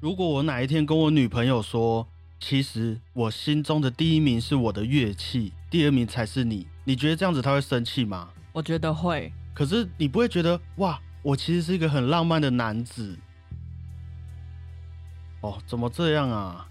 如果我哪一天跟我女朋友说，其实我心中的第一名是我的乐器，第二名才是你，你觉得这样子她会生气吗？我觉得会，可是你不会觉得哇，我其实是一个很浪漫的男子。哦，怎么这样啊？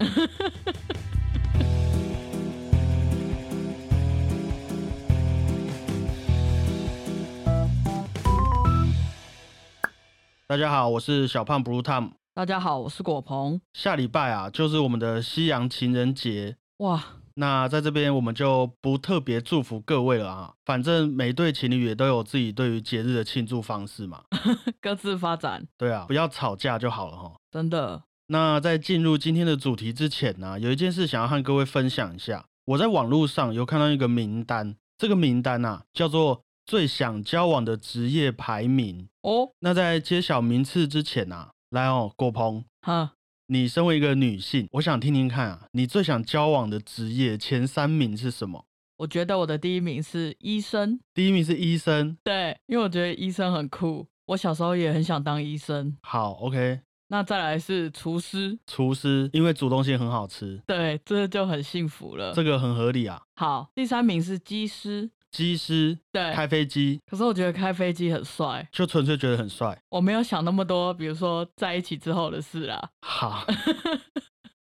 大家好，我是小胖 Blue Tom。大家好，我是果鹏。下礼拜啊，就是我们的西洋情人节。哇， 那在这边我们就不特别祝福各位了啊，反正每对情侣也都有自己对于节日的庆祝方式嘛。 各自发展，对啊，不要吵架就好了哈。真的那在进入今天的主题之前呢、有一件事想要和各位分享一下。我在网络上有看到一个名单，这个名单啊叫做最想交往的职业排名。哦，那在揭晓名次之前啊，来哦，郭鹏，哈，你身为一个女性，我想听听看啊，你最想交往的职业前三名是什么？我觉得我的第一名是医生，第一名是医生，对，因为我觉得医生很酷，我小时候也很想当医生。好，OK，那再来是厨师，厨师，因为煮东西很好吃，对，这就很幸福了。这个很合理啊。好，第三名是机师，机师，对。开飞机，可是我觉得开飞机很帅，就纯粹觉得很帅。我没有想那么多，比如说在一起之后的事啦。 好，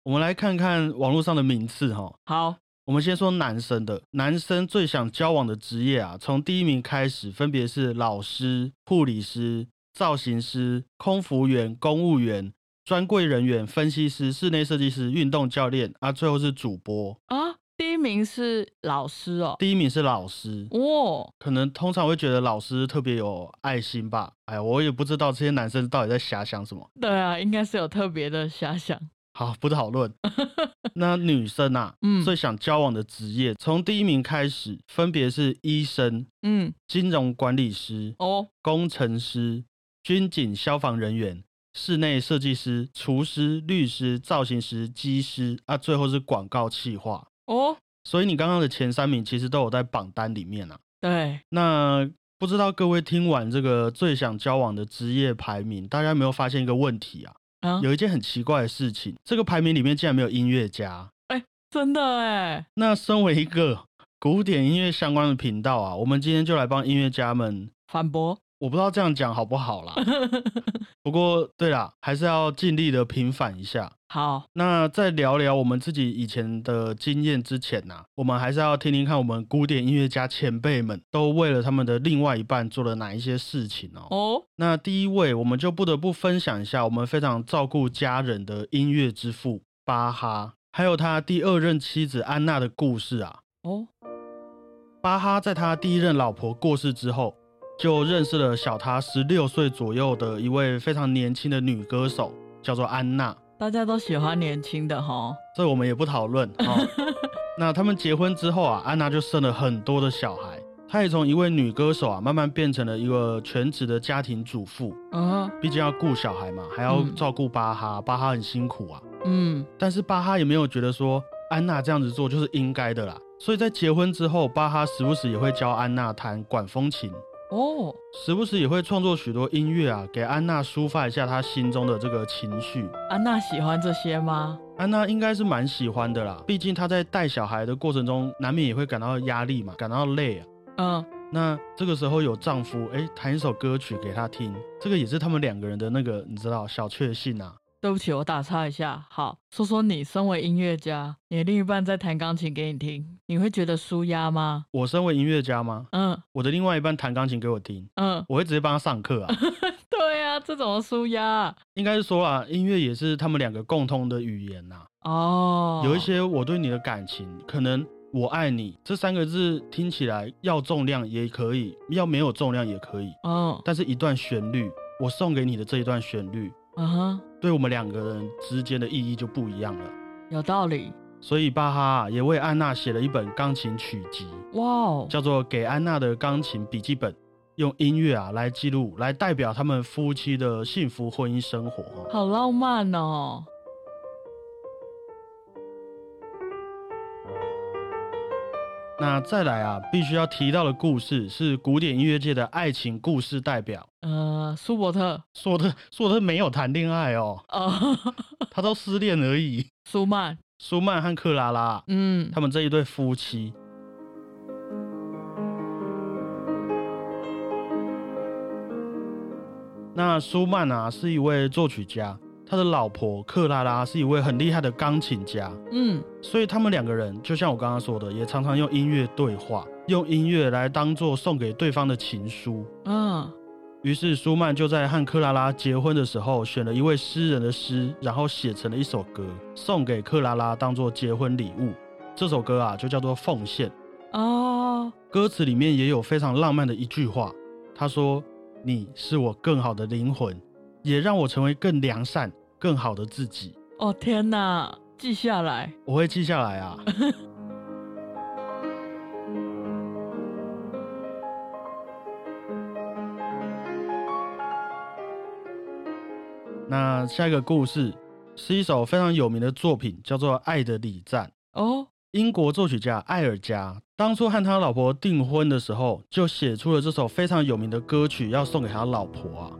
我们来看看网络上的名次哈。好，我们先说男生的，男生最想交往的职业啊，从第一名开始，分别是老师、护理师、造型师、空服员、公务员、专柜人员、分析师、室内设计师、运动教练啊，最后是主播。啊，第一名是老师哦，第一名是老师，哦，可能通常会觉得老师特别有爱心吧。哎，我也不知道这些男生到底在遐想什么。对啊，应该是有特别的遐想，好，不讨论。那女生啊，嗯最想交往的职业，从第一名开始，分别是医生、嗯，金融管理师、哦，工程师、军警消防人员、室内设计师、厨师、律师、造型师、技师啊，最后是广告企划。哦，所以你刚刚的前三名其实都有在榜单里面啊。对，那不知道各位听完这个最想交往的职业排名，大家有没有发现一个问题啊？啊，有一件很奇怪的事情，这个排名里面竟然没有音乐家。真的哎，那身为一个古典音乐相关的频道啊，我们今天就来帮音乐家们。反驳， 我不知道这样讲好不好啦，不过对啦，还是要尽力的平反一下。好，那在聊聊我们自己以前的经验之前呐、我们还是要听听看我们古典音乐家前辈们都为了他们的另外一半做了哪一些事情哦。哦，那第一位，我们就不得不分享一下我们非常照顾家人的音乐之父巴哈，还有他第二任妻子安娜的故事啊。哦，巴哈在他第一任老婆过世之后，就认识了小他十六岁左右的一位非常年轻的女歌手，叫做安娜。大家都喜欢年轻的哈，这我们也不讨论哈。那他们结婚之后啊，安娜就生了很多的小孩，她也从一位女歌手啊，慢慢变成了一个全职的家庭主妇。嗯毕竟要顾小孩嘛，还要嗯照顾巴哈，巴哈很辛苦啊。嗯，但是巴哈也没有觉得说安娜这样子做就是应该的啦。所以在结婚之后，巴哈时不时也会教安娜弹管风琴，哦，时不时也会创作许多音乐啊，给安娜抒发一下她心中的这个情绪。安娜喜欢这些吗？安娜应该是蛮喜欢的啦，毕竟她在带小孩的过程中，难免也会感到压力嘛，感到累啊。嗯，那这个时候有丈夫哎弹一首歌曲给她听，这个也是他们两个人的那个你知道小确幸啊。对不起，我打岔一下，好，说说你身为音乐家，你的另一半在弹钢琴给你听，你会觉得舒压吗？我身为音乐家吗？嗯我的另外一半弹钢琴给我听，嗯， 我会直接帮他上课啊。 对啊，这种舒压啊应该是说啊，音乐也是他们两个共通的语言啊呐、哦，有一些我对你的感情，可能我爱你这三个字听起来要重量也可以，要没有重量也可以，嗯但是一段旋律，我送给你的这一段旋律，嗯哼，对我们两个人之间的意义就不一样了。有道理。所以巴哈啊也为安娜写了一本钢琴曲集，哇哦，叫做《给安娜的钢琴笔记本》，用音乐啊来记录，来代表他们夫妻的幸福婚姻生活哦。好浪漫哦！那再来啊，必须要提到的故事是古典音乐界的爱情故事代表，呃，呃，舒伯特，说的说的没有谈恋爱哦，呃，他都失恋而已。舒曼，舒曼和克拉拉，嗯，他们这一对夫妻，那舒曼啊是一位作曲家，他的老婆克拉拉是一位很厉害的钢琴家，嗯，所以他们两个人就像我刚刚说的，也常常用音乐对话，用音乐来当做送给对方的情书。嗯，于是舒曼就在和克拉拉结婚的时候，选了一位诗人的诗，然后写成了一首歌，送给克拉拉当做结婚礼物。这首歌啊，就叫做《奉献》。哦，歌词里面也有非常浪漫的一句话，他说：“你是我更好的灵魂，也让我成为更良善、更好的自己。哦，天哪，记下来，”我会记下来啊。 那下一个故事是一首非常有名的作品，叫做《爱的礼赞》。哦，英国作曲家艾尔加当初和他老婆订婚的时候，就写出了这首非常有名的歌曲，要送给他老婆啊。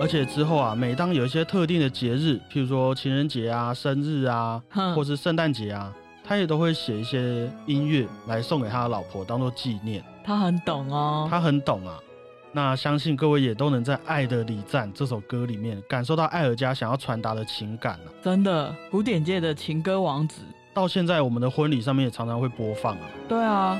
而且之后啊，每当有一些特定的节日，譬如说情人节啊、生日啊，哼或是圣诞节啊，他也都会写一些音乐来送给他的老婆，当做纪念。他很懂哦，他很懂啊。那相信各位也都能在《爱的礼赞》这首歌里面感受到艾尔加想要传达的情感啊。真的，古典界的情歌王子，到现在我们的婚礼上面也常常会播放啊。对啊，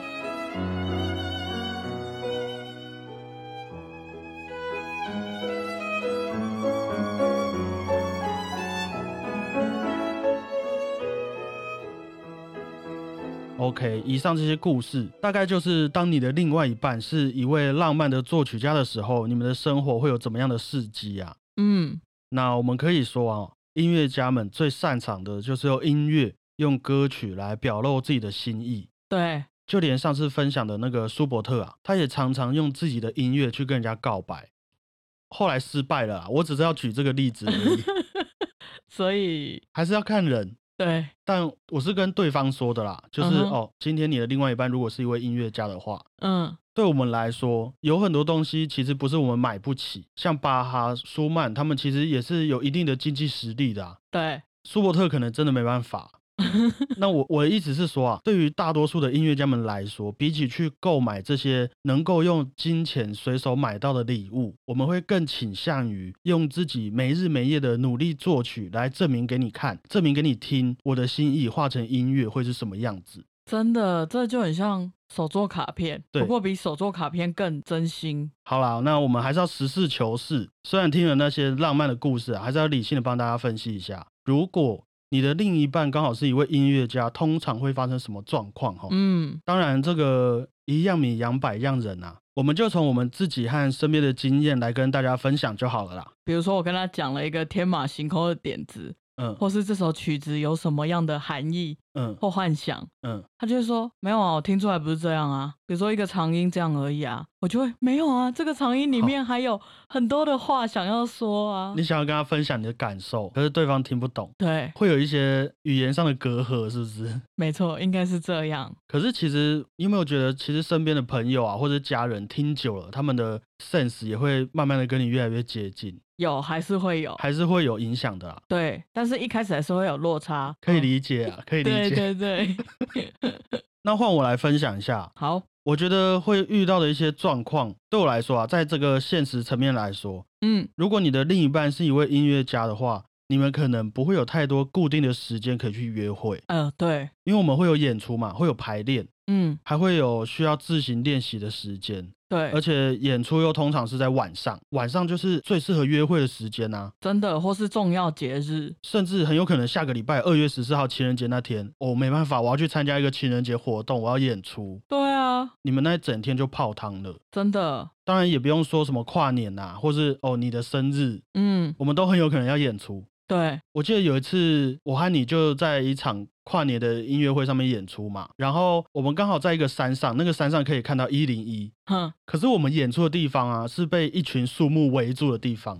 OK，以上这些故事大概就是当你的另外一半是一位浪漫的作曲家的时候，你们的生活会有怎么样的事迹啊？嗯，那我们可以说啊，音乐家们最擅长的就是用音乐、用歌曲来表露自己的心意。对，就连上次分享的那个舒伯特啊，他也常常用自己的音乐去跟人家告白，后来失败了啊。我只是要举这个例子而 已，所以还是要看人。对，但我是跟对方说的啦，就是、嗯哼哦，今天你的另外一半如果是一位音乐家的话，嗯，对我们来说有很多东西其实不是我们买不起，像巴哈、舒曼他们其实也是有一定的经济实力的、啊。对，舒伯特可能真的没办法。那我我的意思是说啊，对于大多数的音乐家们来说，比起去购买这些能够用金钱随手买到的礼物，我们会更倾向于用自己没日没夜的努力作曲来证明给你看，证明给你听，我的心意化成音乐会是什么样子。真的，这就很像手作卡片，对不过比手作卡片更真心。好啦，那我们还是要实事求是。虽然听了那些浪漫的故事啊，还是要理性的帮大家分析一下。如果你的另一半刚好是一位音乐家，通常会发生什么状况？哈，嗯，当然，这个一样米养百样人啊，我们就从我们自己和身边的经验来跟大家分享就好了啦。比如说我跟他讲了一个天马行空的点子，嗯或是这首曲子有什么样的含义嗯或幻想，嗯，他就会说没有啊，我听出来不是这样啊。比如说一个长音这样而已啊，我就会没有啊，这个长音里好面还有很多的话想要说啊你。想要跟他分享你的感受，可是对方听不懂，对，会有一些语言上的隔阂，是不是？ 没错，应该是这样。可是其实你有没有觉得，其实身边的朋友啊或者家人听久了，他们的 sense 也会慢慢的跟你越来越接近，有还是会有，还是会有影响的啊。对，但是一开始还是会有落差，可以嗯理解啊，可以理解。对对对， 那换我来分享一下，好，我觉得会遇到的一些状况，对我来说啊，在这个现实层面来说，嗯，如果你的另一半是一位音乐家的话，你们可能不会有太多固定的时间可以去约会，呃，对，因为我们会有演出嘛，会有排练，嗯，还会有需要自行练习的时间，对而，且演出又通常是在晚上，晚上就是最适合约会的时间呐、真的，或是重要节日，甚至很有可能下个礼拜二月十四号情人节那天，哦，没办法，我要去参加一个情人节活动，我要演出，对啊，你们那一整天就泡汤了。真的，当然也不用说什么跨年呐、或是哦你的生日，嗯，我们都很有可能要演出。对，我记得有一次，我和你就在一场跨年的音乐会上面演出嘛，然后我们刚好在一个山上，那个山上可以看到一零一，哼，可是我们演出的地方啊是被一群树木围住的地方，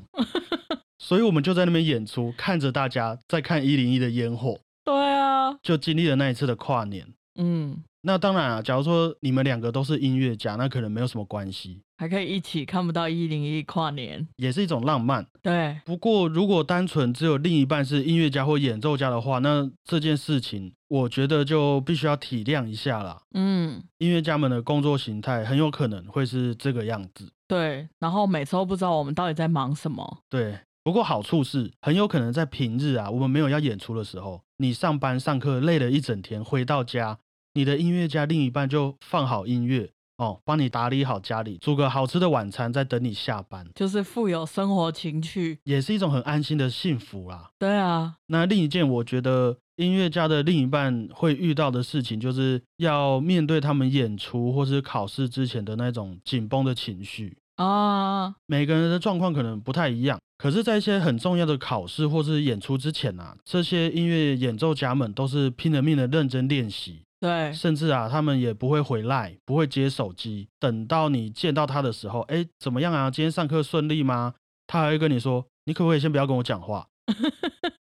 所以我们就在那边演出，看着大家在看一零一的烟火，对啊，就经历了那一次的跨年。嗯，那当然啊，假如说你们两个都是音乐家，那可能没有什么关系，还可以一起看不到一零一跨年。也是一种浪漫。对，不过，如果单纯只有另一半是音乐家或演奏家的话，那这件事情我觉得就必须要体谅一下啦。嗯，音乐家们的工作形态很有可能会是这个样子。对。然后每次都不知道我们到底在忙什么。对，不过好处是，很有可能在平日啊，我们没有要演出的时候，你上班上课累了一整天，回到家，你的音乐家另一半就放好音乐哦，帮你打理好家里，煮个好吃的晚餐，在等你下班，就是富有生活情趣，也是一种很安心的幸福啦。对啊，那另一件我觉得音乐家的另一半会遇到的事情，就是要面对他们演出或是考试之前的那种紧绷的情绪。啊，每个人的状况可能不太一样，可是，在一些很重要的考试或是演出之前啊，这些音乐演奏家们都是拼了命的认真练习，对，甚至啊，他们也不会回来，不会接手机。等到你见到他的时候，哎，怎么样啊？今天上课顺利吗？他还会跟你说，你可不可以先不要跟我讲话？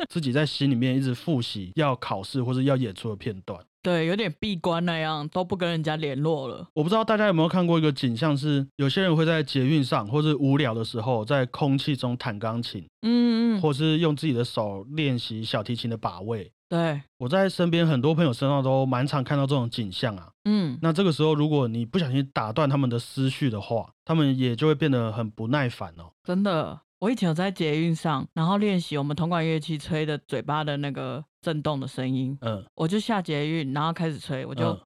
自己在心里面一直复习要考试或是要演出的片段。对，有点闭关那样，都不跟人家联络了。我不知道大家有没有看过一个景象是，有些人会在捷运上或是无聊的时候，在空气中弹钢琴。嗯嗯，或是用自己的手练习小提琴的把位。对，我在身边很多朋友身上都蛮常看到这种景象啊。嗯，那这个时候，如果你不小心打断他们的思绪的话，他们也就会变得很不耐烦哦。真的。我以前有在捷运上，然后练习我们铜管乐器吹的嘴巴的那个震动的声音，嗯，我就下捷运，然后开始吹，我就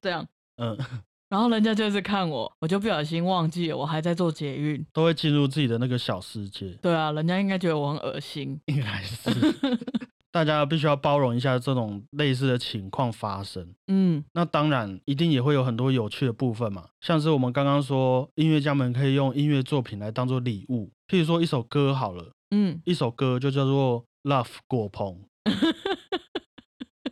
这样，嗯 嗯然后人家就是看我，我就不小心忘记了我还在做捷运。都会进入自己的那个小世界，对啊，人家应该觉得我很恶心。应该是。 大家必须要包容一下这种类似的情况发生。嗯，那当然，一定也会有很多有趣的部分嘛，像是我们刚刚说，音乐家们可以用音乐作品来当做礼物，譬如说一首歌好了，嗯，一首歌就叫做《Love 果鹏》，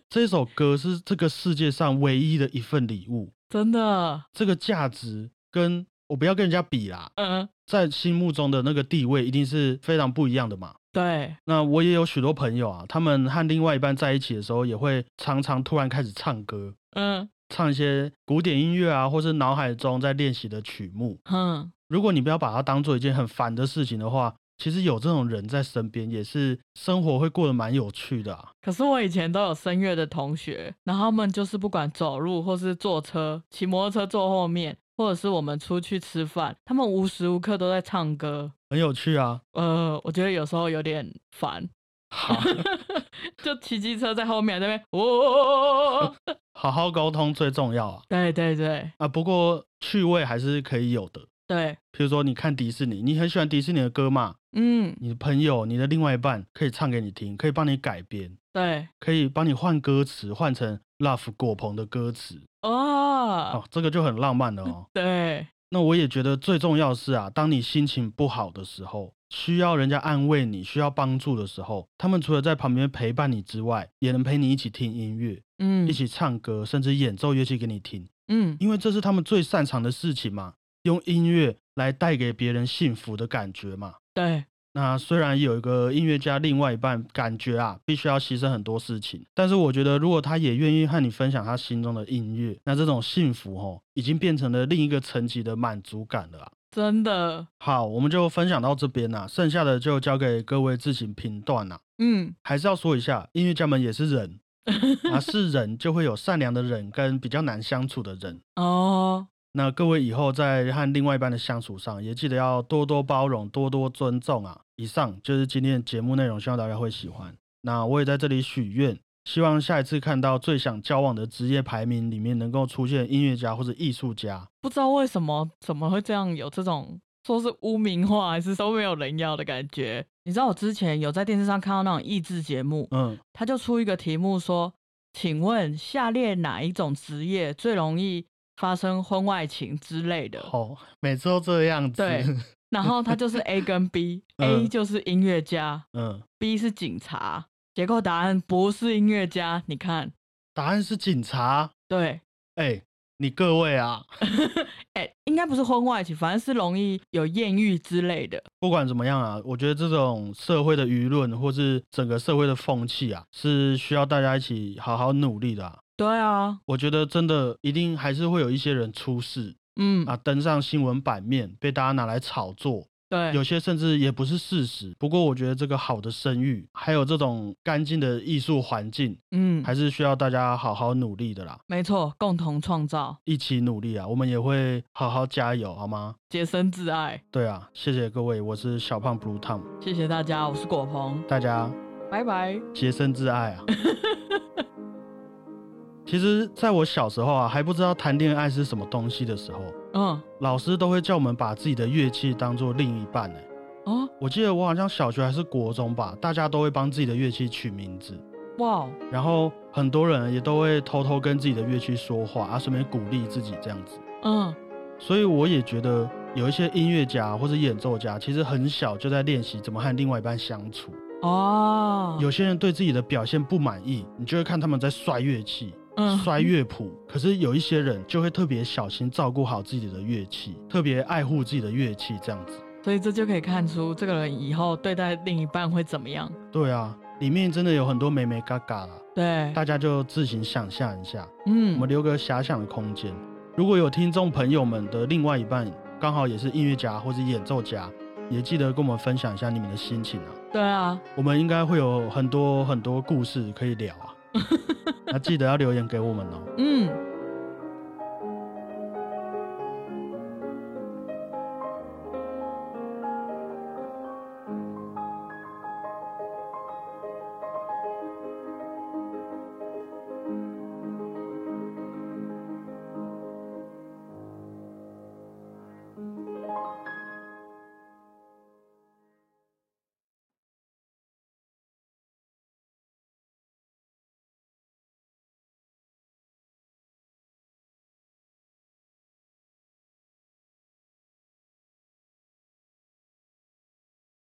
这首歌是这个世界上唯一的一份礼物，真的，这个价值跟我不要跟人家比啦，嗯，在心目中的那个地位一定是非常不一样的嘛。对，那我也有许多朋友啊，他们和另外一半在一起的时候，也会常常突然开始唱歌，嗯唱一些古典音乐啊，或是脑海中在练习的曲目。哼，如果你不要把它当做一件很烦的事情的话，其实有这种人在身边，也是生活会过得蛮有趣的、啊。可是我以前都有声乐的同学，然后他们就是不管走路或是坐车、骑摩托车坐后面，或者是我们出去吃饭，他们无时无刻都在唱歌。很有趣啊。呃，我觉得有时候有点烦， 好， 就骑机车在后面那边， 哦，好好沟通最重要啊。对对对啊，不过趣味还是可以有的。对，譬如说，你看迪士尼，你很喜欢迪士尼的歌嘛？嗯，你的朋友、你的另外一半可以唱给你听，可以帮你改编，对可以帮你换歌词，换成 Love 果鹏的歌词哦，哦，这个就很浪漫了哦。对，那我也觉得最重要的是啊，当你心情不好的时候，需要人家安慰你、需要帮助的时候，他们除了在旁边陪伴你之外，也能陪你一起听音乐、嗯，一起唱歌，甚至演奏乐器给你听，嗯，因为这是他们最擅长的事情嘛，用音乐来带给别人幸福的感觉嘛。对，那虽然有一个音乐家另外一半，感觉啊必须要牺牲很多事情，但是我觉得如果他也愿意和你分享他心中的音乐，那这种幸福哦，已经变成了另一个层级的满足感了啊、真的，好，我们就分享到这边啦、剩下的就交给各位自行评断啦、嗯，还是要说一下，音乐家们也是人啊，是人就会有善良的人跟比较难相处的人。哦，那各位以后在和另外一半的相处上，也记得要多多包容，多多尊重啊。以上就是今天的节目内容，希望大家会喜欢。那我也在这里许愿，希望下一次看到最想交往的职业排名里面能够出现音乐家或者艺术家。不知道为什么怎么会这样有这种说是污名化还是都没有人要的感觉。你知道我之前有在电视上看到那种益智节目，嗯，他就出一个题目说，请问下列哪一种职业最容易发生婚外情之类的？好，每次都这样子。对然后他就是 A 跟 B，A 嗯就是音乐家嗯， ，B 是警察。结果答案不是音乐家，你看，答案是警察。 对，哎、你各位啊，哎、应该不是婚外情，反正是容易有艳遇之类的。不管怎么样啊，我觉得这种社会的舆论或是整个社会的风气啊，是需要大家一起好好努力的啊、对啊，我觉得真的一定还是会有一些人出事嗯，啊，登上新闻版面，被大家拿来炒作，对，有些甚至也不是事实。不过我觉得这个好的声誉，还有这种干净的艺术环境，嗯，还是需要大家好好努力的啦，没错，共同创造，一起努力啊，我们也会好好加油，好吗？洁身自爱。对啊，谢谢各位，我是小胖 Blue Tom，谢谢大家，我是果鹏，大家拜拜。洁身自爱 啊。其实，在我小时候啊，还不知道谈恋爱是什么东西的时候，嗯，老师都会叫我们把自己的乐器当做另一半、欸。哦，我记得我好像小学还是国中吧，大家都会帮自己的乐器取名字，哇哦，然后很多人也都会偷偷跟自己的乐器说话啊，顺便鼓励自己这样子。嗯，所以我也觉得有一些音乐家或者演奏家，其实很小就在练习怎么和另外一半相处。哦，有些人对自己的表现不满意，你就会看他们在摔乐器、嗯摔乐谱。可是有一些人就会特别小心照顾好自己的乐器，特别爱护自己的乐器，这样子。所以这就可以看出这个人以后对待另一半会怎么样。对啊，里面真的有很多美美嘎嘎啦，对，大家就自行想象一下，我嗯们，留个遐想的空间。如果有听众朋友们的另外一半刚好也是音乐家或者演奏家，也记得跟我们分享一下你们的心情啊。对啊，我们应该会有很多很多故事可以聊啊，那记得要留言给我们哦。嗯，